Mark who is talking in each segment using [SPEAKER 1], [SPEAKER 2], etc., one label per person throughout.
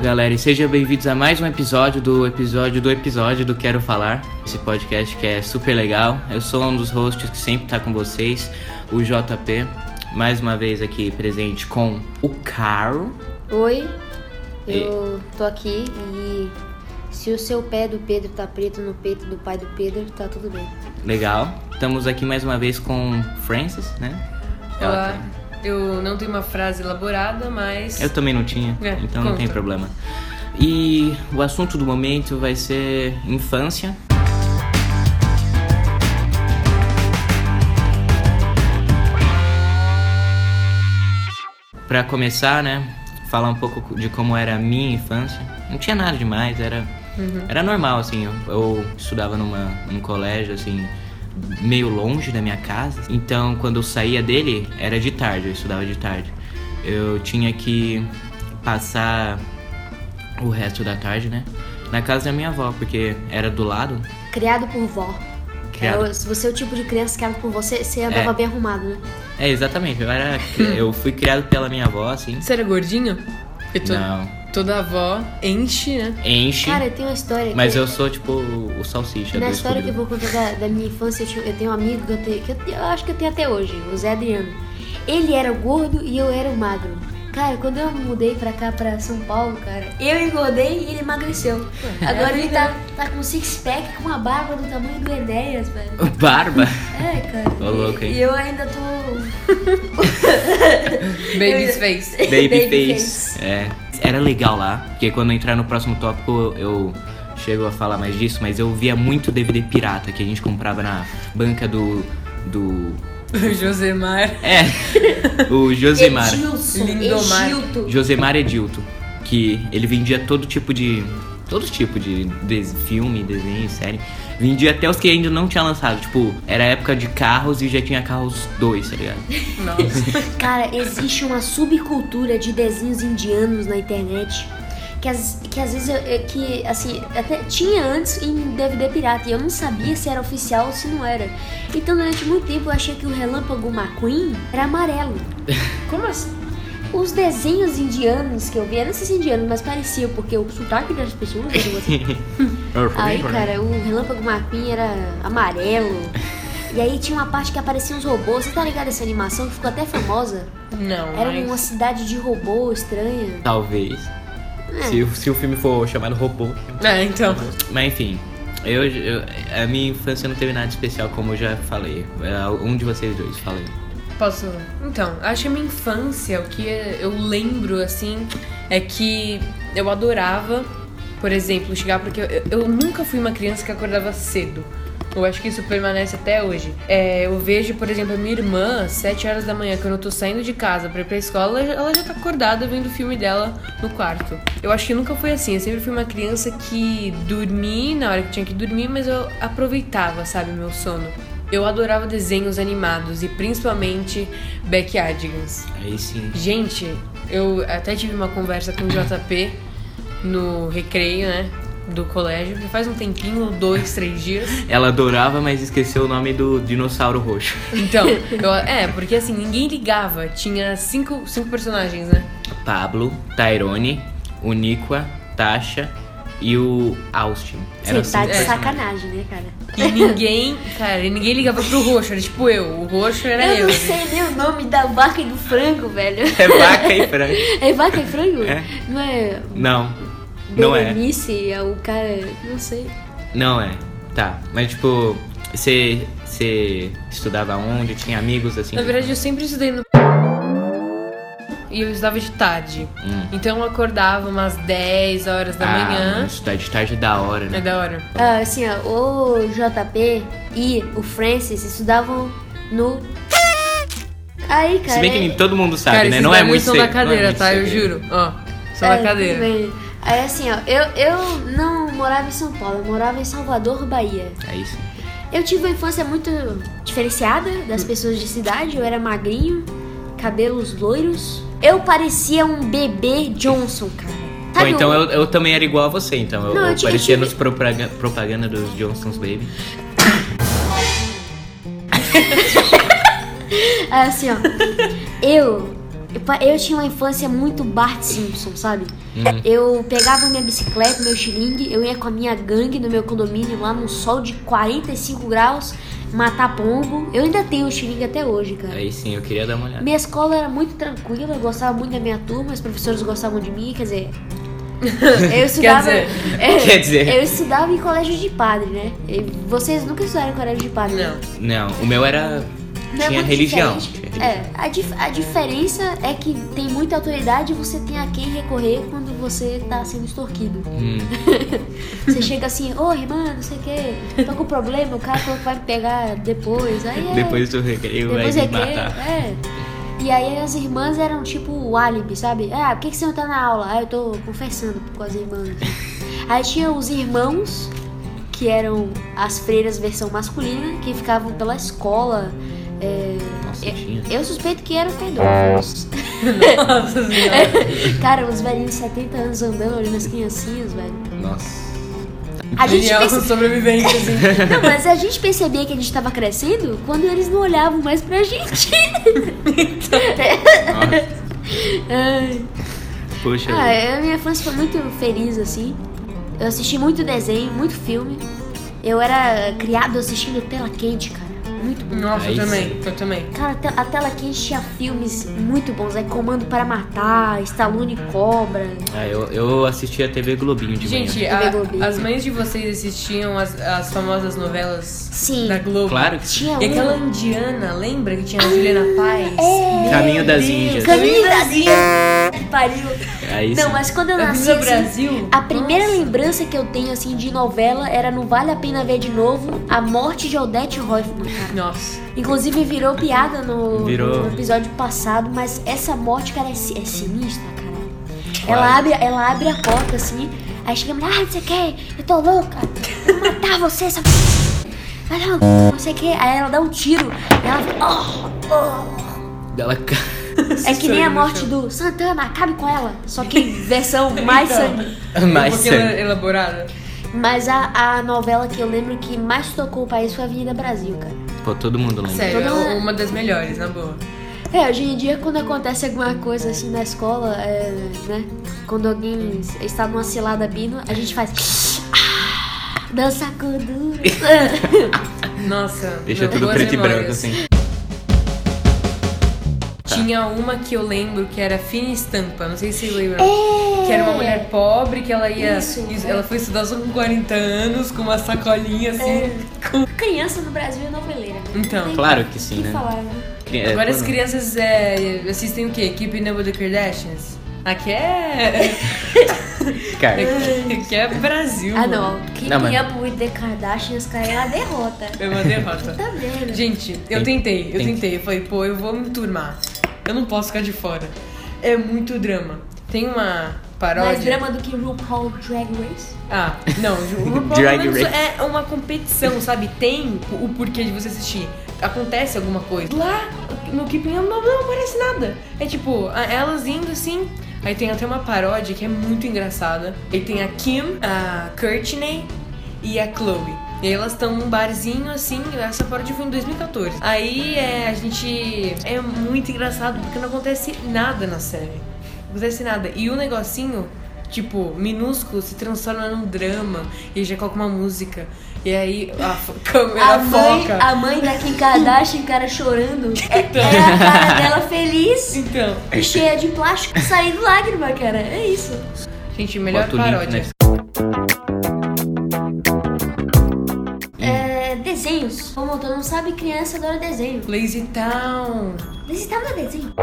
[SPEAKER 1] galera, e sejam bem-vindos a mais um episódio do episódio do episódio do Quero Falar, esse podcast que é super legal. Eu sou um dos hosts que sempre tá com vocês, o JP, mais uma vez aqui presente com o Caro.
[SPEAKER 2] Oi, eu tô aqui e se o seu pé do Pedro tá preto no peito do pai do Pedro, tá tudo bem.
[SPEAKER 1] Legal. Estamos aqui mais uma vez com Francis, né? tá
[SPEAKER 3] Olá, eu não tenho uma frase elaborada, mas.
[SPEAKER 1] Eu também não tinha,
[SPEAKER 3] É,
[SPEAKER 1] então não
[SPEAKER 3] conta.
[SPEAKER 1] tem problema. E o assunto do momento vai ser infância. Pra começar, né, falar um pouco de como era a minha infância. Não tinha nada demais, era era normal assim. Eu, eu estudava numa num colégio assim meio longe da minha casa. Então, quando eu saía dele, era de tarde, eu estudava de tarde. Eu tinha que passar o resto da tarde, né, na casa da minha avó, porque era do lado.
[SPEAKER 2] Criado por vó.
[SPEAKER 1] Criado.
[SPEAKER 2] É, se você é o tipo de criança criada por você, você andava bem arrumado, né?
[SPEAKER 1] É, exatamente. Eu era eu fui criado pela minha avó assim.
[SPEAKER 3] Você era gordinho? Porque to-
[SPEAKER 1] Não.
[SPEAKER 3] toda avó enche, né?
[SPEAKER 1] Enche.
[SPEAKER 2] Cara, tem uma história.
[SPEAKER 1] Mas
[SPEAKER 2] que-
[SPEAKER 1] eu sou tipo o o salsicha
[SPEAKER 2] Na
[SPEAKER 1] do
[SPEAKER 2] história que eu
[SPEAKER 1] Scooby-Doo.
[SPEAKER 2] vou contar da, da minha infância, eu, tinha- eu tenho um amigo que eu, tenho, que eu- eu acho que eu tenho até hoje, o Zé Adriano. Ele era gordo e eu era o magro. Cara, quando eu me mudei pra cá, pra São Paulo, cara, eu engordei e ele emagreceu. Agora
[SPEAKER 1] é
[SPEAKER 2] ele tá, tá com six-pack, com uma barba do tamanho do Enéas, velho.
[SPEAKER 1] Barba.
[SPEAKER 2] É, cara.
[SPEAKER 1] Ô,
[SPEAKER 2] E-
[SPEAKER 1] louco, hein?
[SPEAKER 2] E eu ainda tô...
[SPEAKER 3] Baby's face.
[SPEAKER 1] Babyface. É. Era legal lá, porque quando eu entrar no próximo tópico eu chego a falar mais disso, mas eu via muito DVD pirata que a gente comprava na banca do. do.
[SPEAKER 3] O Josemar.
[SPEAKER 1] É! o Josemar.
[SPEAKER 2] Edilson,
[SPEAKER 3] Lindomar.
[SPEAKER 2] Egilto.
[SPEAKER 1] Josemar Edilto. Que ele vendia todo tipo de. Todo tipo de, des- filme, desenho, série. Vendia até os que ainda não tinha lançado. Tipo, era época de carros e já tinha carros dois, tá ligado?
[SPEAKER 3] Nossa.
[SPEAKER 2] Cara, existe uma subcultura de desenhos indianos na internet que, às- que às vezes eu- eu- que assim até tinha antes em DVD pirata e eu não sabia se era oficial ou se não era. Então durante muito tempo eu achei que o Relâmpago McQueen era amarelo.
[SPEAKER 3] Como assim?
[SPEAKER 2] Os desenhos indianos que eu via, não sei se indianos, mas parecia porque o sotaque das pessoas. era outro. Aí, cara, o Relâmpago McQueen era amarelo. E aí tinha uma parte que apareciam os robôs. Você tá ligado essa animação que ficou até famosa?
[SPEAKER 3] Não,
[SPEAKER 2] Era um
[SPEAKER 3] mas...
[SPEAKER 2] uma cidade de robô estranha.
[SPEAKER 1] Talvez. Se, o- se o filme for chamado Robô.
[SPEAKER 3] É, então.
[SPEAKER 1] Mas enfim, eu, eu- a minha infância não teve nada especial, como eu já falei. É, Um de vocês dois, falei.
[SPEAKER 3] Posso? Então, acho que a minha infância, o que eu lembro, assim, é que eu adorava, por exemplo, chegar porque eu, eu nunca fui uma criança que acordava cedo. Eu acho que isso permanece até hoje. É, eu vejo, por exemplo, a minha irmã, às 7 horas da manhã, quando eu tô saindo de casa pra ir pra escola, ela já- ela já tá acordada vendo o filme dela no quarto. Eu acho que nunca foi assim. Eu sempre fui uma criança que dormi na hora que tinha que dormir, mas eu aproveitava, sabe, meu sono. Eu adorava desenhos animados e principalmente Backyardigans.
[SPEAKER 1] Aí sim.
[SPEAKER 3] Gente, eu até tive uma conversa com o JP no recreio, né? Do colégio, já faz um tempinho, dois, três dias.
[SPEAKER 1] Ela adorava, mas esqueceu o nome do dinossauro roxo.
[SPEAKER 3] Então, eu- é, porque assim, ninguém ligava. Tinha cinco, cinco personagens, né?
[SPEAKER 1] Pablo, Tyrone, o Niqua, Tasha e o Austin. assim? Eram
[SPEAKER 2] Você tá
[SPEAKER 1] cinco
[SPEAKER 2] de
[SPEAKER 1] personagens.
[SPEAKER 2] sacanagem, né, cara?
[SPEAKER 3] E ninguém, cara, e ninguém ligava pro roxo, era tipo eu. O roxo era
[SPEAKER 2] eu
[SPEAKER 3] eu.
[SPEAKER 2] não sei nem o nome da vaca e do frango, velho.
[SPEAKER 1] É vaca e frango.
[SPEAKER 2] É vaca e frango?
[SPEAKER 1] É.
[SPEAKER 2] Não é.
[SPEAKER 1] Não, não é.
[SPEAKER 2] Berenice, é o cara. Não sei.
[SPEAKER 1] Não é. Tá, mas tipo, você você estudava onde? Tinha amigos assim?
[SPEAKER 3] Na verdade, eu sempre estudei no. E eu estudava de tarde.
[SPEAKER 1] Hum.
[SPEAKER 3] Então eu acordava umas 10 horas da
[SPEAKER 1] ah,
[SPEAKER 3] manhã.
[SPEAKER 1] Estudar de tarde é da hora,
[SPEAKER 3] É
[SPEAKER 1] né?
[SPEAKER 3] da hora.
[SPEAKER 2] Ah, assim, ó, o JP e o Francis estudavam no. Aí, cara. é-
[SPEAKER 1] Se bem que nem todo mundo sabe,
[SPEAKER 3] Cara,
[SPEAKER 1] né?
[SPEAKER 3] esses
[SPEAKER 1] Não é
[SPEAKER 3] barulhos
[SPEAKER 1] muito
[SPEAKER 3] são
[SPEAKER 1] segredo,
[SPEAKER 3] da
[SPEAKER 1] não é
[SPEAKER 3] cadeira,
[SPEAKER 1] muito
[SPEAKER 3] tá? Eu
[SPEAKER 1] segredo.
[SPEAKER 3] juro. Ó, são da
[SPEAKER 2] É, tudo
[SPEAKER 3] cadeira.
[SPEAKER 2] bem. Aí, assim, ó, eu, eu não morava em São Paulo, eu morava em Salvador, Bahia.
[SPEAKER 1] É isso.
[SPEAKER 2] Eu tive uma infância muito diferenciada das
[SPEAKER 1] Hum.
[SPEAKER 2] pessoas de cidade. Eu era magrinho, cabelos loiros. Eu parecia um bebê Johnson, cara.
[SPEAKER 1] Bom,
[SPEAKER 2] Sabe um-
[SPEAKER 1] então
[SPEAKER 2] o-
[SPEAKER 1] eu, eu também era igual a você, então. Eu,
[SPEAKER 2] Tá Não, eu
[SPEAKER 1] eu
[SPEAKER 2] ti- eu
[SPEAKER 1] parecia
[SPEAKER 2] tive-
[SPEAKER 1] nos propaga- propaganda dos Johnson's Baby.
[SPEAKER 2] Assim, ó. É eu Eu pa- Eu tinha uma infância muito Bart Simpson, sabe?
[SPEAKER 1] Uhum.
[SPEAKER 2] Eu pegava minha bicicleta, meu xilingue, eu ia com a minha gangue no meu condomínio lá no sol de 45 graus, matar pombo. Eu ainda tenho o xilingue até hoje, cara.
[SPEAKER 1] Aí sim, eu queria dar uma olhada.
[SPEAKER 2] Minha escola era muito tranquila, eu gostava muito da minha turma, os professores gostavam de mim, quer dizer. Eu estudava.
[SPEAKER 3] dizer.
[SPEAKER 2] é,
[SPEAKER 1] Quer dizer.
[SPEAKER 2] Eu estudava em colégio de padre, né? E vocês nunca estudaram em colégio de padre? né?
[SPEAKER 3] Não.
[SPEAKER 1] Não, o meu era.
[SPEAKER 2] Não é
[SPEAKER 1] tinha
[SPEAKER 2] muito
[SPEAKER 1] religião.
[SPEAKER 2] diferente.
[SPEAKER 1] Tinha religião.
[SPEAKER 2] É, a, dif- a diferença é que tem muita autoridade e você tem a quem recorrer quando você tá sendo extorquido.
[SPEAKER 1] Hum,
[SPEAKER 2] Você chega assim, ô irmã, não sei o quê, tô com problema, o cara falou que vai me pegar depois. Aí é,
[SPEAKER 1] depois do recreio vai
[SPEAKER 2] depois
[SPEAKER 1] me
[SPEAKER 2] é que,
[SPEAKER 1] matar.
[SPEAKER 2] é. E aí as irmãs eram tipo o álibi, sabe? Ah, por que, que você não tá na aula? Ah, eu tô confessando com as irmãs. aí tinha os irmãos, que eram as freiras versão masculina, que ficavam pela escola. é,
[SPEAKER 1] Nossa, tinha.
[SPEAKER 2] eu suspeito que eram pedófilos.
[SPEAKER 3] Nossa senhora.
[SPEAKER 2] Cara, uns velhinhos de 70 anos andando olhando as criancinhas, velho.
[SPEAKER 1] Nossa.
[SPEAKER 2] A gente
[SPEAKER 3] Daniel,
[SPEAKER 2] perce-
[SPEAKER 3] sobrevivente, assim.
[SPEAKER 2] Não, mas a gente percebia que a gente tava crescendo quando eles não olhavam mais pra gente.
[SPEAKER 1] Nossa.
[SPEAKER 2] Ai.
[SPEAKER 1] Poxa.
[SPEAKER 2] Ah, eu- minha infância foi muito feliz, assim. Eu assisti muito desenho, muito filme. Eu era criado assistindo tela quente, cara. Muito bom.
[SPEAKER 3] Nossa, eu
[SPEAKER 1] Aí
[SPEAKER 3] também. Eu também.
[SPEAKER 2] Cara, a te- a tela quente tinha filmes muito bons. Aí Comando para Matar, Stallone Cobra.
[SPEAKER 1] Ah, eu, eu assisti a TV Globinho de manhã.
[SPEAKER 3] Gente,
[SPEAKER 2] TV
[SPEAKER 3] a-
[SPEAKER 2] Globinho.
[SPEAKER 3] as mães de vocês assistiam as, as famosas novelas
[SPEAKER 2] Sim.
[SPEAKER 3] da Globo?
[SPEAKER 1] Claro que sim.
[SPEAKER 2] Tinha
[SPEAKER 3] E aquela
[SPEAKER 2] um...
[SPEAKER 3] indiana, lembra que tinha a Juliana Paz? Meu
[SPEAKER 1] Caminho das
[SPEAKER 3] Deus,
[SPEAKER 1] Índias.
[SPEAKER 2] Caminho das Índias. Que Pariu.
[SPEAKER 3] É
[SPEAKER 1] Aí
[SPEAKER 2] Não,
[SPEAKER 1] sim.
[SPEAKER 2] mas quando eu
[SPEAKER 3] Eu
[SPEAKER 2] nasci,
[SPEAKER 3] fiz o
[SPEAKER 2] assim,
[SPEAKER 3] Brasil.
[SPEAKER 2] a primeira
[SPEAKER 3] Nossa.
[SPEAKER 2] lembrança que eu tenho, assim, de novela era no Vale a Pena Ver de Novo, a morte de Odete Roifman, cara.
[SPEAKER 3] Nossa.
[SPEAKER 2] Inclusive virou piada no,
[SPEAKER 1] Virou.
[SPEAKER 2] no episódio passado, mas essa morte, cara, é, si- é sinistra, cara.
[SPEAKER 1] Claro.
[SPEAKER 2] Ela abre, ela abre a porta assim, aí chega a mulher, ah, não sei o que, eu tô louca, vou matar você, essa. p****." Ah, não, não sei o que, aí ela dá um tiro, e ela fica, "Oh, oh."
[SPEAKER 1] Ela ca-
[SPEAKER 2] É que nem a morte do Santana, acabe com ela, só que versão mais
[SPEAKER 3] Então.
[SPEAKER 2] sangue.
[SPEAKER 1] mais
[SPEAKER 3] um pouquinho
[SPEAKER 1] sangue.
[SPEAKER 3] elaborada.
[SPEAKER 2] Mas a, a novela que eu lembro que mais tocou o país foi Avenida Brasil, cara.
[SPEAKER 1] Pô, todo mundo lembra.
[SPEAKER 3] Sério, é
[SPEAKER 2] Toda-
[SPEAKER 3] uma das melhores, na boa.
[SPEAKER 2] É, hoje em dia quando acontece alguma coisa assim na escola, é, né? Quando alguém está numa cilada bino, a gente faz. Ah, dança com duro.
[SPEAKER 3] Nossa.
[SPEAKER 1] Deixa
[SPEAKER 3] não,
[SPEAKER 1] tudo
[SPEAKER 3] boas
[SPEAKER 1] preto e branco,
[SPEAKER 3] memórias.
[SPEAKER 1] assim.
[SPEAKER 3] Tinha uma que eu lembro que era fina estampa, não sei se vocês lembram. Que era uma mulher pobre que ela ia.
[SPEAKER 2] É! Isso.
[SPEAKER 3] is- ela foi estudar só com 40 anos, com uma sacolinha assim.
[SPEAKER 2] É, Criança no Brasil é noveleira.
[SPEAKER 3] Então,
[SPEAKER 1] Claro que
[SPEAKER 2] O
[SPEAKER 1] sim,
[SPEAKER 2] que
[SPEAKER 1] né?
[SPEAKER 2] falar,
[SPEAKER 3] Uhum.
[SPEAKER 2] né?
[SPEAKER 1] Cri- é,
[SPEAKER 3] Agora as
[SPEAKER 1] quando-
[SPEAKER 3] crianças é, assistem o quê? Keeping Up with the Kardashians? Aqui é.
[SPEAKER 1] Cara,
[SPEAKER 3] Aqui é Brasil.
[SPEAKER 2] Ah,
[SPEAKER 3] mano.
[SPEAKER 2] não. Quem
[SPEAKER 1] Não, mas-
[SPEAKER 2] ia pro The Kardashians cara, é uma derrota.
[SPEAKER 3] É uma derrota.
[SPEAKER 2] Tá vendo?
[SPEAKER 3] Gente, eu
[SPEAKER 1] Tem-
[SPEAKER 3] tentei, eu
[SPEAKER 1] tem que-
[SPEAKER 3] tentei. Eu falei, pô, eu vou me turmar. Eu não posso ficar de fora. É muito drama. Tem uma paródia.
[SPEAKER 2] Mais drama do que RuPaul Drag Race.
[SPEAKER 3] Ah, não, o RuPaul
[SPEAKER 1] Drag
[SPEAKER 3] pelo menos,
[SPEAKER 1] Race.
[SPEAKER 3] é uma competição, sabe? Tem o porquê de você assistir. Acontece alguma coisa. Lá no Keeping Up não, não aparece nada. É tipo, a- elas indo assim. Aí tem até uma paródia que é muito engraçada. Aí tem a Kim, a Courtney e a Chloe. E aí elas estão num barzinho assim, essa paródia foi em 2014. Aí é, a gente. É muito engraçado porque não acontece nada na série. Não acontece nada. E o negocinho, tipo, minúsculo, se transforma num drama. E já coloca uma música. E aí a f- câmera
[SPEAKER 2] A mãe,
[SPEAKER 3] foca.
[SPEAKER 2] a mãe da Kim Kardashian, cara, chorando. É, era a cara dela feliz,
[SPEAKER 3] Então,
[SPEAKER 1] É
[SPEAKER 2] cheia é de plástico, saindo lágrima, cara. É isso.
[SPEAKER 3] gente, melhor
[SPEAKER 1] bota o link né?
[SPEAKER 3] paródia.
[SPEAKER 1] na-
[SPEAKER 2] É, desenhos. Como tu não sabe, criança adora desenho.
[SPEAKER 3] Lazy Town.
[SPEAKER 2] Desenho tá no desenho.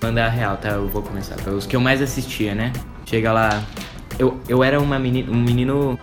[SPEAKER 1] Mandar a real, tá? Eu vou começar. Os que eu mais assistia, né? Chega lá. Eu, eu era uma menina, um menino.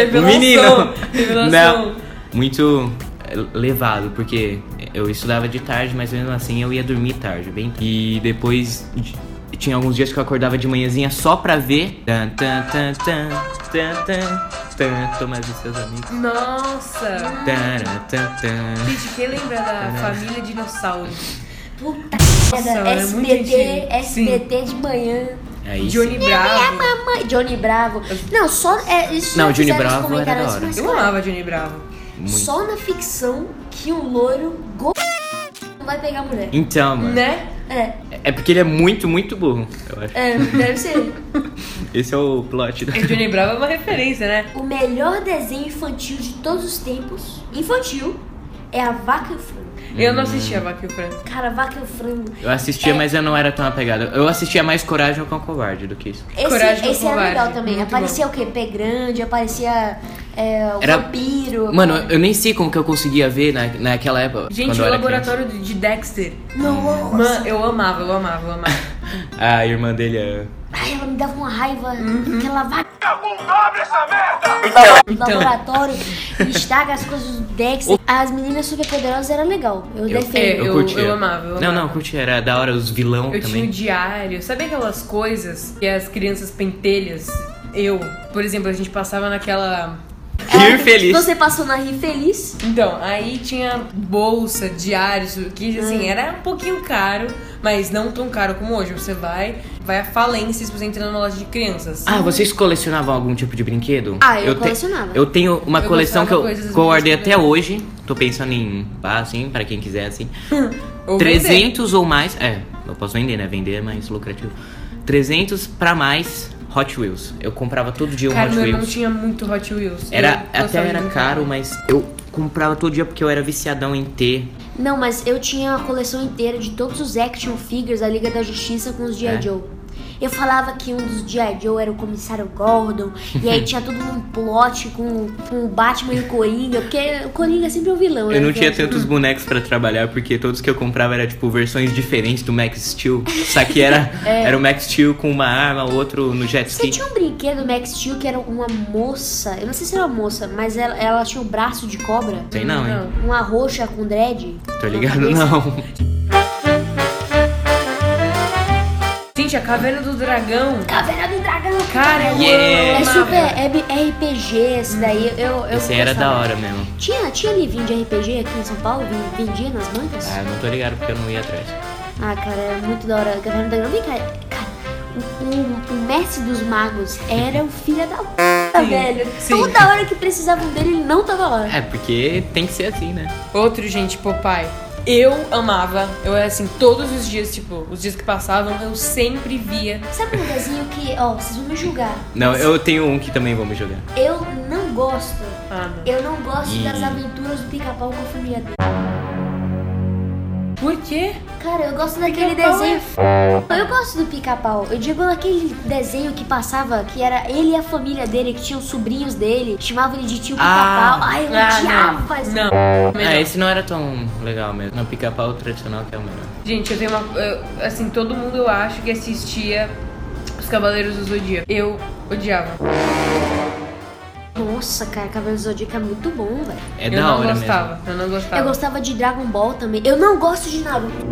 [SPEAKER 3] Revelação.
[SPEAKER 1] Um menino!
[SPEAKER 3] Revelação.
[SPEAKER 1] Não! Muito eh, levado, porque eu estudava de tarde, mas mesmo assim eu ia dormir tarde, bem tarde. E depois de- tinha alguns dias que eu acordava de manhãzinha só pra ver. Tan, tan, tan, tan, tan, tan, tan, Tomás e seus amigos.
[SPEAKER 3] Nossa.
[SPEAKER 1] Tará, tan, tan.
[SPEAKER 3] Gente, quem lembra da família dinossauro?
[SPEAKER 2] Puta
[SPEAKER 3] Nossa,
[SPEAKER 2] merda.
[SPEAKER 3] era muito
[SPEAKER 2] SBT,
[SPEAKER 3] antigo.
[SPEAKER 2] SBT de manhã.
[SPEAKER 1] Aí
[SPEAKER 3] Johnny
[SPEAKER 1] sim.
[SPEAKER 3] Bravo.
[SPEAKER 2] Mamãe, Johnny Bravo. Não, só. É, isso
[SPEAKER 1] Não,
[SPEAKER 2] já
[SPEAKER 1] Johnny
[SPEAKER 2] fizeram os
[SPEAKER 1] Bravo era da
[SPEAKER 2] comentários,
[SPEAKER 1] hora.
[SPEAKER 2] mas,
[SPEAKER 3] Eu
[SPEAKER 2] cara,
[SPEAKER 3] amava Johnny Bravo.
[SPEAKER 1] Muito.
[SPEAKER 2] Só na ficção que o loiro go... não vai pegar mulher.
[SPEAKER 1] Então, mano.
[SPEAKER 3] Né?
[SPEAKER 2] É,
[SPEAKER 1] É porque ele é muito, muito burro, eu acho.
[SPEAKER 2] é, deve ser.
[SPEAKER 1] Esse é o plot da.
[SPEAKER 3] O Johnny Bravo é uma referência, né?
[SPEAKER 2] O melhor desenho infantil de todos os tempos, infantil, é a Vaca e o Frango.
[SPEAKER 3] Eu
[SPEAKER 1] Hum.
[SPEAKER 3] não assisti a Vaca e o Frango.
[SPEAKER 2] Cara, a Vaca e o Frango.
[SPEAKER 1] Eu assistia, mas eu não era tão apegado. Eu assistia mais Coragem com Covarde do que isso.
[SPEAKER 2] Esse,
[SPEAKER 3] Coragem do
[SPEAKER 2] esse era
[SPEAKER 3] Covarde,
[SPEAKER 2] legal também.
[SPEAKER 3] muito
[SPEAKER 2] aparecia o quê? Pé grande, aparecia é, o
[SPEAKER 1] Era-
[SPEAKER 2] vampiro.
[SPEAKER 1] Mano, eu nem sei como que eu conseguia ver na, naquela época.
[SPEAKER 3] Gente,
[SPEAKER 1] quando
[SPEAKER 3] o
[SPEAKER 1] eu era
[SPEAKER 3] laboratório de de Dexter.
[SPEAKER 2] Nossa.
[SPEAKER 3] Mano, eu amava, eu amava, eu amava.
[SPEAKER 1] criança. A irmã dele é.
[SPEAKER 2] Ai, ela me dava uma raiva. Aquela vaca no
[SPEAKER 3] Uhum. Então.
[SPEAKER 2] laboratório estraga as coisas do Dex. As meninas superpoderosas era legal. Eu,
[SPEAKER 1] Eu-
[SPEAKER 2] defendo.
[SPEAKER 3] É, eu-
[SPEAKER 1] curtia.
[SPEAKER 3] eu amava, eu
[SPEAKER 1] Não, não,
[SPEAKER 3] amava.
[SPEAKER 1] curtia. Era da hora os vilão
[SPEAKER 3] Eu tinha o
[SPEAKER 1] também.
[SPEAKER 3] diário. Sabe aquelas coisas que as crianças pentelhas? Eu, por exemplo, a gente passava naquela. um Ah,
[SPEAKER 1] Rir feliz.
[SPEAKER 2] Você passou na Rir Feliz?
[SPEAKER 3] Então, aí tinha bolsa, diários, que
[SPEAKER 1] Hum.
[SPEAKER 3] assim, era um pouquinho caro, mas não tão caro como hoje. Você vai, vai à falência se você entrar numa loja de crianças.
[SPEAKER 1] Ah, vocês colecionavam algum tipo de brinquedo?
[SPEAKER 2] Ah, eu
[SPEAKER 1] te-
[SPEAKER 2] colecionava.
[SPEAKER 1] Eu tenho uma
[SPEAKER 3] Eu
[SPEAKER 1] coleção que
[SPEAKER 3] gostava
[SPEAKER 1] eu
[SPEAKER 3] coisas
[SPEAKER 1] guardei
[SPEAKER 3] minhas
[SPEAKER 1] até
[SPEAKER 3] também.
[SPEAKER 1] hoje. Tô pensando em, ah, assim, pra quem quiser, assim.
[SPEAKER 3] Ou vender.
[SPEAKER 1] 300 ou mais. É, eu posso vender, né? Vender é mais lucrativo. 300 pra mais Hot Wheels. Eu comprava todo dia um
[SPEAKER 3] Cara,
[SPEAKER 1] Hot
[SPEAKER 3] meu irmão
[SPEAKER 1] Wheels.
[SPEAKER 3] tinha muito Hot Wheels.
[SPEAKER 1] Era,
[SPEAKER 3] Eu
[SPEAKER 1] até
[SPEAKER 3] gostava
[SPEAKER 1] era
[SPEAKER 3] muito.
[SPEAKER 1] caro, mas eu comprava todo dia porque eu era viciadão em ter.
[SPEAKER 2] Não, mas eu tinha a coleção inteira de todos os action figures da Liga da Justiça com os G.I.
[SPEAKER 1] É?
[SPEAKER 2] Joe. Eu falava que um dos G.I. Joe era o comissário Gordon, e aí tinha todo um plot com, com o Batman e o Coringa, porque o Coringa é sempre um vilão, né?
[SPEAKER 1] Eu não tinha
[SPEAKER 2] Então,
[SPEAKER 1] tantos bonecos pra trabalhar, porque todos que eu comprava era tipo versões diferentes do Max Steel. Só que era,
[SPEAKER 3] É.
[SPEAKER 1] era o Max Steel com uma arma, o outro no jet
[SPEAKER 2] Você
[SPEAKER 1] ski.
[SPEAKER 2] tinha um brinquedo do Max Steel que era uma moça, eu não sei se era uma moça, mas ela, ela tinha um braço de cobra,
[SPEAKER 1] Sei não,
[SPEAKER 3] um
[SPEAKER 1] hein?
[SPEAKER 2] uma roxa com dread.
[SPEAKER 1] Tô
[SPEAKER 2] na
[SPEAKER 1] ligado,
[SPEAKER 2] cabeça.
[SPEAKER 1] não.
[SPEAKER 3] Gente, a Caverna do Dragão.
[SPEAKER 2] Caverna do Dragão!
[SPEAKER 3] Cara, eu
[SPEAKER 1] Yeah.
[SPEAKER 2] É
[SPEAKER 3] amava.
[SPEAKER 2] super é B- RPG esse daí, eu, eu
[SPEAKER 1] Esse aí era da
[SPEAKER 2] gostava.
[SPEAKER 1] hora mesmo.
[SPEAKER 2] Tinha, tinha livrinho de RPG aqui em São Paulo? Vem- Vendia nas bancas?
[SPEAKER 3] É.
[SPEAKER 1] Ah, eu não tô ligado porque eu não ia atrás.
[SPEAKER 2] Ah, cara, era muito da hora. Caverna do Dragão. Vem cá, cara, o, o- o mestre dos magos era o filho da p,
[SPEAKER 3] Sim,
[SPEAKER 2] velho.
[SPEAKER 3] sim.
[SPEAKER 2] Toda hora que precisavam dele, ele não tava lá.
[SPEAKER 1] É, porque tem que ser assim, né?
[SPEAKER 3] Outro, gente, Popeye. Eu amava, eu era assim, todos os dias, tipo, os dias que passavam, eu sempre via.
[SPEAKER 2] Sabe um desenho que, ó, vocês vão me julgar.
[SPEAKER 1] Não, eu tenho um que também vamos jogar.
[SPEAKER 2] Eu não gosto.
[SPEAKER 3] Ah, não.
[SPEAKER 2] Eu não gosto
[SPEAKER 1] Ih.
[SPEAKER 2] das aventuras do pica-pau com a família dele.
[SPEAKER 3] Por quê?
[SPEAKER 2] Cara, eu gosto daquele
[SPEAKER 3] Pica-pau
[SPEAKER 2] desenho. Eu gosto do pica-pau. Eu digo aquele desenho que passava, que era ele e a família dele, que tinham sobrinhos dele, chamavam ele de tio
[SPEAKER 1] Ah.
[SPEAKER 2] pica-pau. Ai, eu odiava
[SPEAKER 3] Ah,
[SPEAKER 2] esse
[SPEAKER 3] não. não.
[SPEAKER 1] Ah, esse não era tão legal mesmo. No pica-pau tradicional que é o melhor.
[SPEAKER 3] Gente, eu tenho uma. eu- assim, todo mundo eu acho que assistia Os Cavaleiros do Zodíaco. Eu odiava.
[SPEAKER 2] Nossa, cara, Cavaleiro do Zodíaco é muito bom, velho.
[SPEAKER 1] É
[SPEAKER 3] eu
[SPEAKER 1] da
[SPEAKER 3] não
[SPEAKER 1] hora
[SPEAKER 3] gostava,
[SPEAKER 1] mesmo.
[SPEAKER 3] eu não gostava.
[SPEAKER 2] Eu gostava de Dragon Ball também. Eu não gosto de Naruto.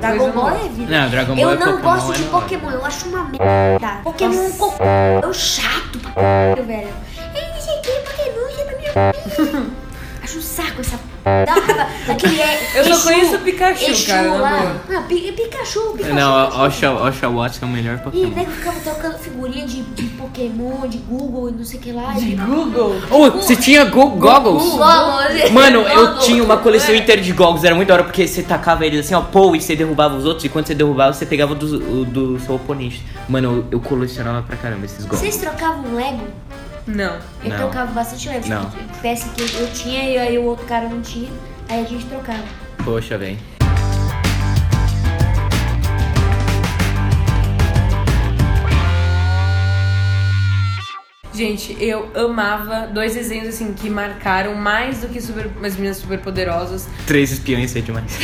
[SPEAKER 2] Dragon
[SPEAKER 3] eu
[SPEAKER 2] Ball
[SPEAKER 3] não
[SPEAKER 2] é vida.
[SPEAKER 1] Não, Dragon Ball
[SPEAKER 2] eu
[SPEAKER 1] é
[SPEAKER 2] não
[SPEAKER 1] Pokémon,
[SPEAKER 2] gosto
[SPEAKER 1] é
[SPEAKER 2] de
[SPEAKER 1] da hora.
[SPEAKER 2] Pokémon, eu acho uma merda. Pokémon é um cocô. É um chato pra caralho, velho. Ei, não sei o que, Pokémon, isso é pra minha Acho um saco essa p. Dá uma raiva. Aquele é.
[SPEAKER 3] Eu só
[SPEAKER 2] Exu-
[SPEAKER 3] conheço o Pikachu,
[SPEAKER 2] Exu
[SPEAKER 3] cara, na
[SPEAKER 2] lá.
[SPEAKER 3] boa.
[SPEAKER 2] Não, Ah, Pi- Pikachu, Pikachu.
[SPEAKER 1] Não,
[SPEAKER 2] Pikachu.
[SPEAKER 1] Osha, Osha Watts é o melhor
[SPEAKER 2] Ih, né?
[SPEAKER 1] Pokémon.
[SPEAKER 2] nego ficava trocando figurinha de, de Pokémon, de Google e não sei o que lá.
[SPEAKER 3] De Google.
[SPEAKER 1] Oh, você tinha go- goggles?
[SPEAKER 2] Goggles.
[SPEAKER 1] Mano, eu
[SPEAKER 2] Goggles.
[SPEAKER 1] tinha uma coleção
[SPEAKER 2] É.
[SPEAKER 1] inteira de goggles, era muito da hora porque você tacava eles assim, ó, pô, e você derrubava os outros, e quando você derrubava, você pegava do, o do seu oponente. Mano, eu, eu colecionava pra caramba esses goggles.
[SPEAKER 2] Vocês trocavam Lego?
[SPEAKER 3] Não.
[SPEAKER 2] Eu
[SPEAKER 1] Não.
[SPEAKER 2] trocava bastante Lego.
[SPEAKER 1] Não.
[SPEAKER 2] Peça que eu tinha e aí o outro cara não tinha. Aí a gente trocava.
[SPEAKER 1] Poxa, velho.
[SPEAKER 3] Gente, eu amava dois desenhos assim que marcaram mais do que super, as meninas superpoderosas.
[SPEAKER 1] Três espiões é demais.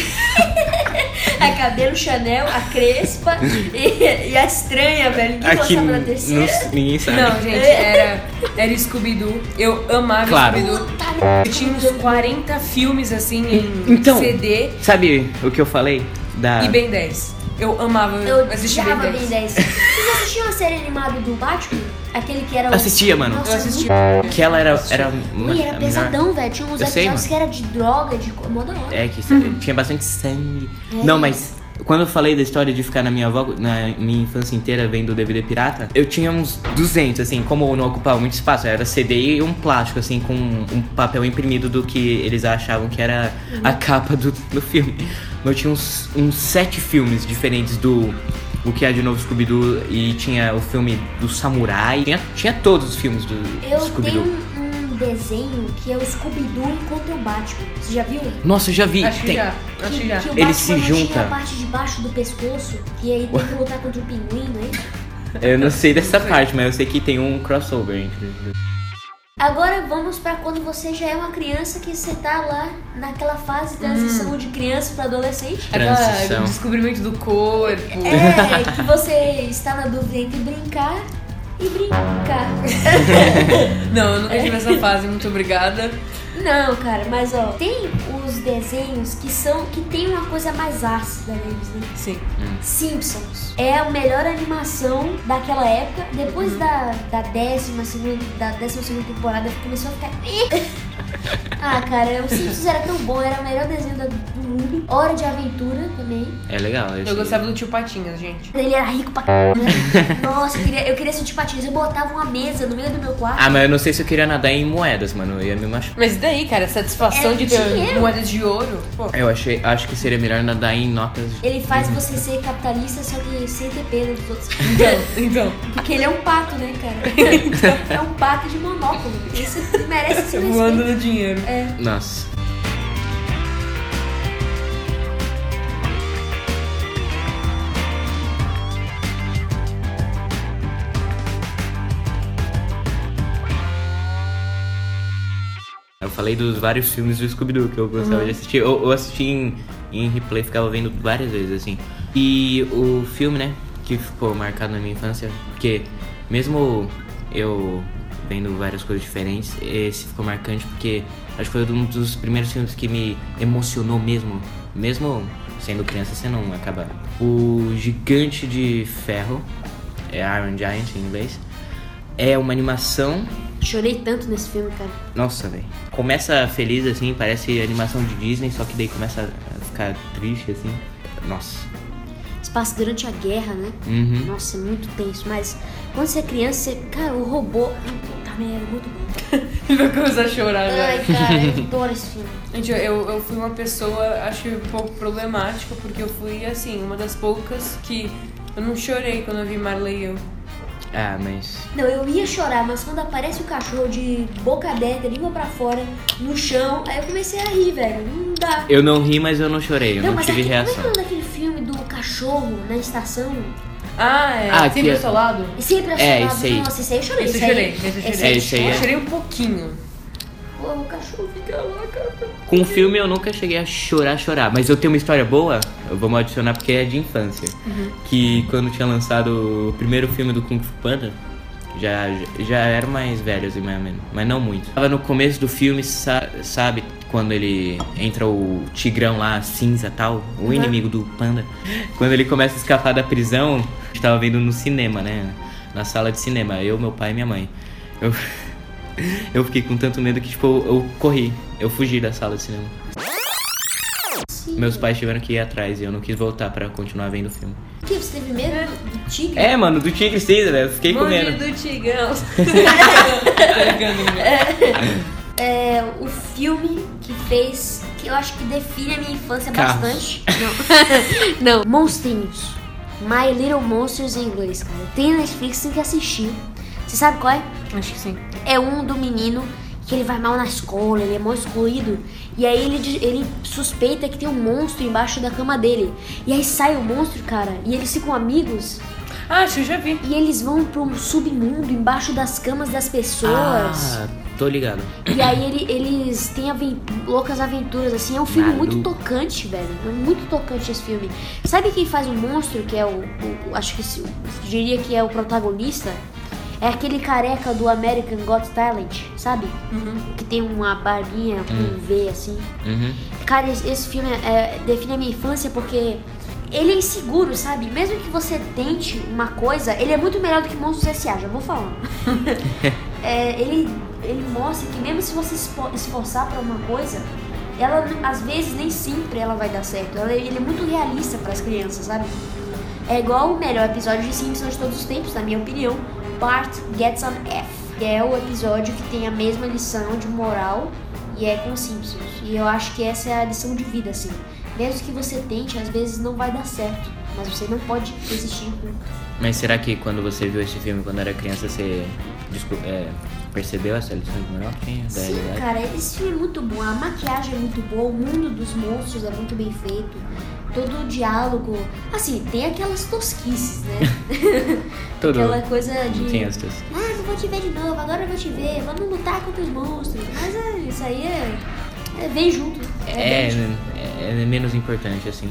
[SPEAKER 2] A É cabelo Chanel, a crespa e, e a estranha, velho. Ninguém
[SPEAKER 1] Aqui
[SPEAKER 2] gostava da
[SPEAKER 1] n-
[SPEAKER 2] terceira.
[SPEAKER 1] não- ninguém sabe.
[SPEAKER 3] Não, gente, era, era Scooby-Doo. Eu amava
[SPEAKER 1] Claro.
[SPEAKER 3] Scooby-Doo.
[SPEAKER 2] Puta merda.
[SPEAKER 3] Eu tinha uns 40 filmes assim em
[SPEAKER 1] Então.
[SPEAKER 3] CD
[SPEAKER 1] Sabe o que eu falei? Da.
[SPEAKER 3] e Ben 10. Eu amava
[SPEAKER 2] Eu
[SPEAKER 3] assistir Ben
[SPEAKER 2] odiava
[SPEAKER 3] 10.
[SPEAKER 2] Ben 10. Vocês assistiam a série animada do Batman? Aquele que era o...
[SPEAKER 1] Assistia, mano.
[SPEAKER 2] Nossa,
[SPEAKER 3] Eu assisti.
[SPEAKER 2] muito-
[SPEAKER 1] Que ela era. era, uma-
[SPEAKER 2] Ui, era
[SPEAKER 1] a melhor.
[SPEAKER 2] pesadão, velho. Tinha uns
[SPEAKER 1] Eu sei,
[SPEAKER 2] episódios
[SPEAKER 1] mano.
[SPEAKER 2] que era de droga, de moda
[SPEAKER 1] É, que isso- tinha bastante sangue. Não, mas Quando eu falei da história de ficar na minha avó, na minha infância inteira vendo DVD pirata, eu tinha uns 200, assim, como eu não ocupava muito espaço, era CD e um plástico, assim, com um papel imprimido do que eles achavam que era a capa do, do filme. Eu tinha uns, uns sete filmes diferentes do O Que Há de Novo Scooby-Doo e tinha o filme do Samurai, tinha, tinha todos os filmes do
[SPEAKER 2] Eu tenho
[SPEAKER 1] É, Scooby-Doo.
[SPEAKER 2] um um desenho que é o Scooby-Doo encontra o Batman. Você já viu?
[SPEAKER 1] Nossa, eu já vi.
[SPEAKER 3] Acho que
[SPEAKER 1] Tem-
[SPEAKER 3] já.
[SPEAKER 2] Que,
[SPEAKER 3] Acho que já.
[SPEAKER 2] que o
[SPEAKER 1] Ele
[SPEAKER 2] Batman
[SPEAKER 1] se
[SPEAKER 2] não
[SPEAKER 1] junta.
[SPEAKER 2] Tinha a parte de baixo do pescoço e aí tem que lutar contra o pinguim, né?
[SPEAKER 1] Eu não sei dessa parte, mas eu sei que tem um crossover entre
[SPEAKER 2] Agora vamos pra quando você já é uma criança que você tá lá naquela fase de transição de criança pra adolescente.
[SPEAKER 3] Aquela,
[SPEAKER 1] Transição.
[SPEAKER 3] o descobrimento do corpo.
[SPEAKER 2] É, que você está na dúvida entre brincar e brincar.
[SPEAKER 3] Não, eu nunca tive essa fase, muito obrigada.
[SPEAKER 2] Não, cara, mas ó, tem os desenhos que são que tem uma coisa mais ácida neles, né?
[SPEAKER 3] Sim.
[SPEAKER 2] Simpsons. É a melhor animação daquela época. Depois da, da décima segunda, da décima segunda temporada, começou a ficar. ah, cara, o Simpsons era tão bom, era o melhor desenho da- do mundo. Hora de Aventura também.
[SPEAKER 1] É legal.
[SPEAKER 3] Eu gostava do tio Patinhas, gente.
[SPEAKER 2] Ele era rico pra c... Nossa, eu queria, eu queria sentir patins. Eu botava uma mesa no meio do meu quarto.
[SPEAKER 1] Ah, mas eu não sei se eu queria nadar em moedas, mano. Eu ia me machucar.
[SPEAKER 3] Mas e daí, cara, satisfação
[SPEAKER 2] É
[SPEAKER 3] de ter
[SPEAKER 2] dinheiro.
[SPEAKER 3] moedas de ouro? Pô.
[SPEAKER 1] Eu achei, acho que seria melhor nadar em notas.
[SPEAKER 2] Ele faz você ser capitalista, só que sem ter pena dos outros.
[SPEAKER 3] Então, então.
[SPEAKER 2] Porque ele é um pato, né, cara? É um pato de monóculo. Isso merece esse
[SPEAKER 3] Voando
[SPEAKER 2] respeito.
[SPEAKER 3] no dinheiro.
[SPEAKER 2] É.
[SPEAKER 1] Nossa. Eu falei dos vários filmes do Scooby-Doo que eu gostava de assistir. Eu, eu assisti em, em replay, ficava vendo várias vezes, assim. E o filme, né, que ficou marcado na minha infância, porque mesmo eu vendo várias coisas diferentes, esse ficou marcante porque acho que foi um dos primeiros filmes que me emocionou mesmo. Mesmo sendo criança, você não acaba. O Gigante de Ferro, é Iron Giant em inglês, é uma animação
[SPEAKER 2] Chorei tanto nesse filme, cara.
[SPEAKER 1] nossa, velho. Começa feliz assim, parece animação de Disney, só que daí começa a ficar triste assim. Nossa.
[SPEAKER 2] Isso passa durante a guerra, né?
[SPEAKER 1] Uhum.
[SPEAKER 2] Nossa, é muito tenso. Mas quando você é criança, você... cara, o robô. Puta merda, é muito bom.
[SPEAKER 3] Ele vai começar a chorar já.
[SPEAKER 2] Ai, cara, eu adoro esse filme.
[SPEAKER 3] Gente, eu, eu fui uma pessoa, acho um pouco problemática, porque eu fui, assim, uma das poucas que eu não chorei quando eu vi Marley e eu.
[SPEAKER 1] Ah, mas.
[SPEAKER 2] Não, eu ia chorar, mas quando aparece o cachorro de boca aberta, língua pra fora, no chão, aí eu comecei a rir, velho. Não dá.
[SPEAKER 1] Eu não ri, mas eu não chorei, eu não,
[SPEAKER 2] mas
[SPEAKER 1] tive
[SPEAKER 2] aqui, como é que é o
[SPEAKER 1] reação.
[SPEAKER 2] nome daquele filme do cachorro na estação?
[SPEAKER 3] Ah, é.
[SPEAKER 1] Ah,
[SPEAKER 3] Sempre
[SPEAKER 1] que-
[SPEAKER 3] ao seu lado?
[SPEAKER 2] E sempre
[SPEAKER 1] É,
[SPEAKER 2] assinado.
[SPEAKER 1] esse aí.
[SPEAKER 2] Nossa, esse aí eu chorei.
[SPEAKER 3] Esse eu
[SPEAKER 2] esse
[SPEAKER 3] chorei,
[SPEAKER 2] aí-
[SPEAKER 3] esse eu
[SPEAKER 1] É,
[SPEAKER 3] chorei.
[SPEAKER 1] esse aí
[SPEAKER 3] eu
[SPEAKER 1] é.
[SPEAKER 3] chorei um pouquinho.
[SPEAKER 2] Pô, o cachorro fica lá, cara.
[SPEAKER 1] Com o filme eu nunca cheguei a chorar, chorar. Mas eu tenho uma história boa, eu vou adicionar porque é de infância. Que quando tinha lançado o primeiro filme do Kung Fu Panda, já, já era mais velho, assim, mais ou menos. Mas não muito. Tava no começo do filme, sa- sabe? Quando ele entra o tigrão lá, cinza e tal, o inimigo do panda. Quando ele começa a escapar da prisão, a gente tava vendo no cinema, né? Na sala de cinema, eu, meu pai e minha mãe. Eu, eu fiquei com tanto medo que, tipo, eu corri. Eu fugi da sala de cinema.
[SPEAKER 2] Sim.
[SPEAKER 1] Meus pais tiveram que ir atrás e eu não quis voltar pra continuar vendo o filme.
[SPEAKER 2] O que? Você teve medo do tigre?
[SPEAKER 1] É, mano, do Tigre Cinza, velho. eu Fiquei com
[SPEAKER 3] Morri
[SPEAKER 1] medo.
[SPEAKER 3] do Tigrão. Tá ligando, né?
[SPEAKER 2] É o filme que fez, que eu acho que define a minha infância
[SPEAKER 1] Carros.
[SPEAKER 2] bastante. Não. Não, Monstrinhos. My Little Monsters em inglês, cara. Tem na Netflix, tem que assistir. Você sabe qual é?
[SPEAKER 3] Acho que sim.
[SPEAKER 2] é um do menino que ele vai mal na escola, ele é mal excluído. E aí ele, diz- ele suspeita que tem um monstro embaixo da cama dele. E aí sai o monstro, cara, e eles ficam amigos.
[SPEAKER 3] Ah, acho que eu já vi.
[SPEAKER 2] E eles vão pro submundo, embaixo das camas das pessoas.
[SPEAKER 1] Ah, tô ligado.
[SPEAKER 2] E aí ele- eles têm aven- loucas aventuras, assim. É um filme
[SPEAKER 1] Maluco.
[SPEAKER 2] muito tocante, velho. É muito tocante esse filme. Sabe quem faz o monstro, que é o. o- o- acho que se- diria que é o protagonista? É aquele careca do American Got Talent, sabe?
[SPEAKER 3] Uhum.
[SPEAKER 2] Que tem uma barbinha com um V assim.
[SPEAKER 1] Uhum.
[SPEAKER 2] Cara, esse esse filme é, define a minha infância porque ele é inseguro, sabe? Mesmo que você tente uma coisa, ele é muito melhor do que Monstros S.A., já vou falando. É, ele, ele mostra que mesmo se você se espo- esforçar pra uma coisa, ela não- às vezes nem sempre ela vai dar certo. Ela, ele é muito realista para as crianças, sabe? É igual o melhor episódio de Simpsons de todos os tempos, na minha opinião, Bart Gets an F, que é o episódio que tem a mesma lição de moral e é com os Simpsons. E eu acho que essa é a lição de vida, assim. Mesmo que você tente, às vezes não vai dar certo, mas você não pode desistir nunca.
[SPEAKER 1] Mas será que quando você viu esse filme quando era criança, você descu- é, percebeu essa lição de moral? que tinha da
[SPEAKER 2] Sim,
[SPEAKER 1] realidade?
[SPEAKER 2] cara, esse filme é muito bom. A maquiagem é muito boa, o mundo dos monstros é muito bem feito. Todo o diálogo. Assim, tem aquelas tosquices, né?
[SPEAKER 1] Tudo.
[SPEAKER 2] Aquela coisa
[SPEAKER 1] Não
[SPEAKER 2] de.
[SPEAKER 1] tem as coisas.
[SPEAKER 2] Ah, não vou te ver de novo, agora eu vou te ver, vamos lutar contra os monstros. Mas é, isso aí é. é bem junto.
[SPEAKER 1] É,
[SPEAKER 2] bem junto.
[SPEAKER 1] é, é menos importante, assim.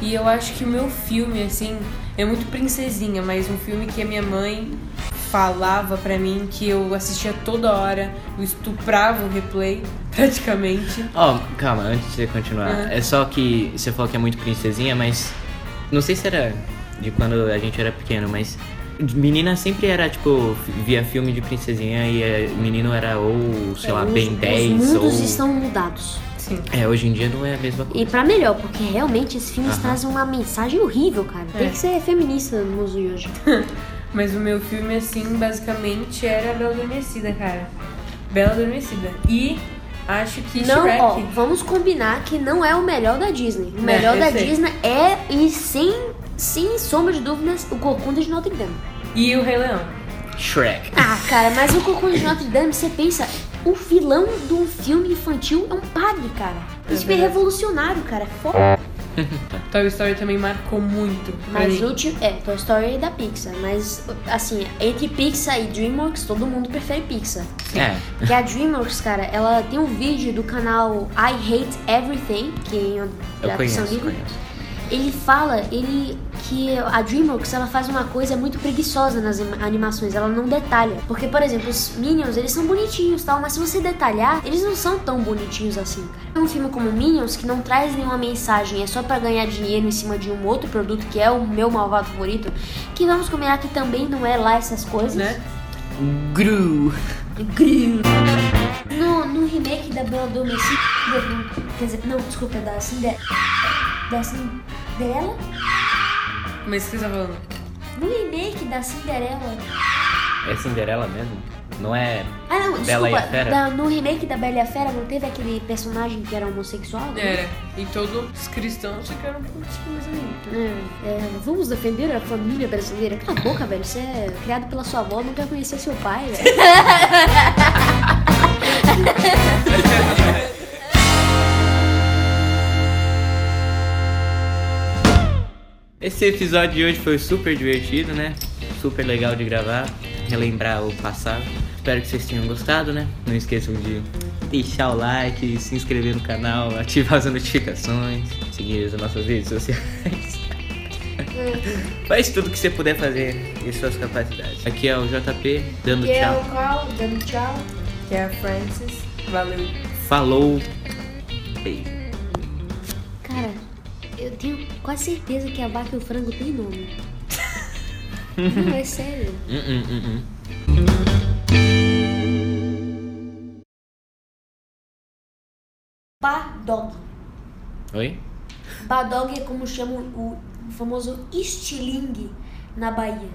[SPEAKER 3] E eu acho que o meu filme, assim, é muito princesinha, mas um filme que a minha mãe falava pra mim que eu assistia toda hora, eu estuprava o replay, praticamente.
[SPEAKER 1] Ó, calma, antes de você continuar.
[SPEAKER 3] Uhum.
[SPEAKER 1] É só que você falou que é muito princesinha, mas. Não sei se era de quando a gente era pequeno, mas. Menina sempre era, tipo, via filme de princesinha e é, menino era ou, sei lá,
[SPEAKER 2] É, Os-
[SPEAKER 1] Ah, bem 10
[SPEAKER 2] Os
[SPEAKER 1] ou.
[SPEAKER 2] mundos estão mudados.
[SPEAKER 3] Sim.
[SPEAKER 1] É, hoje em dia não é a mesma coisa.
[SPEAKER 2] E pra melhor, porque realmente esses filmes
[SPEAKER 1] Aham.
[SPEAKER 2] trazem uma mensagem horrível, cara. Tem
[SPEAKER 3] É.
[SPEAKER 2] que ser feminista no mundo de hoje.
[SPEAKER 3] Mas o meu filme, assim, basicamente era Bela Adormecida, cara. Bela Adormecida. E acho que
[SPEAKER 2] Não,
[SPEAKER 3] Shrek.
[SPEAKER 2] ó, vamos combinar que não é o melhor da Disney. O
[SPEAKER 3] É,
[SPEAKER 2] melhor
[SPEAKER 3] eu
[SPEAKER 2] da
[SPEAKER 3] sei.
[SPEAKER 2] Disney é, e sem, sem sombra de dúvidas, o Corcunda de Notre Dame.
[SPEAKER 3] E o Rei Leão.
[SPEAKER 1] Shrek.
[SPEAKER 2] Ah, cara, mas o Corcunda de Notre Dame, você pensa, o vilão de um filme infantil é um padre, cara.
[SPEAKER 3] É
[SPEAKER 2] Isso é
[SPEAKER 3] verdade.
[SPEAKER 2] revolucionário, cara. é Foda.
[SPEAKER 3] Toy Story também marcou muito. pra
[SPEAKER 2] Mas
[SPEAKER 3] mim.
[SPEAKER 2] o ti- é, Toy Story é da Pixar, mas assim, entre Pixar e DreamWorks, todo mundo prefere Pixar.
[SPEAKER 1] É.
[SPEAKER 2] Que a DreamWorks, cara, ela tem um vídeo do canal I Hate Everything, que é
[SPEAKER 1] Eu
[SPEAKER 2] da Ação
[SPEAKER 1] conheço,
[SPEAKER 2] Livre.
[SPEAKER 1] conheço.
[SPEAKER 2] Ele fala, ele que a DreamWorks ela faz uma coisa muito preguiçosa nas anima- animações, ela não detalha. Porque, por exemplo, os Minions, eles são bonitinhos, tal, mas se você detalhar, eles não são tão bonitinhos assim, cara. Um filme como Minions que não traz nenhuma mensagem, é só pra ganhar dinheiro em cima de um outro produto que é o meu malvado favorito, que vamos combinar que também não é lá essas coisas.
[SPEAKER 3] Né?
[SPEAKER 1] Gru.
[SPEAKER 2] Grilo. No, no remake da Bela Adormecida, quer dizer, não, desculpa, da Cinderela, da Cinderela,
[SPEAKER 3] Mas o que você tá falando?
[SPEAKER 2] no remake da Cinderela,
[SPEAKER 1] É Cinderela mesmo? Não é.
[SPEAKER 2] Ah, não,
[SPEAKER 1] Bela e a
[SPEAKER 2] desculpa.
[SPEAKER 1] Fera?
[SPEAKER 2] da- no remake da Bela e a Fera não teve aquele personagem que era homossexual? É,
[SPEAKER 3] Era. E todos os cristãos ficaram putinhos ali.
[SPEAKER 2] Hum, é, vamos defender a família brasileira. Cala a boca, velho. Você é criado pela sua avó, não quer conhecer seu pai, velho.
[SPEAKER 1] Esse episódio de hoje foi super divertido, né? Super legal de gravar, relembrar o passado. Espero que vocês tenham gostado, né? Não esqueçam de deixar o like, se inscrever no canal, ativar as notificações, seguir as nossas redes sociais. Faz tudo que você puder fazer e suas capacidades. Aqui é o JP dando
[SPEAKER 2] E é
[SPEAKER 1] tchau.
[SPEAKER 2] o Carl dando tchau.
[SPEAKER 3] Que é a Francis. Valeu.
[SPEAKER 1] Falou. Beijo.
[SPEAKER 2] Cara, eu tenho quase certeza que a vaca e o frango tem nome. não, é sério.
[SPEAKER 1] Hum, hum, hum, hum.
[SPEAKER 2] Badog.
[SPEAKER 1] Oi?
[SPEAKER 2] Badog é como chamam o famoso estilingue na Bahia.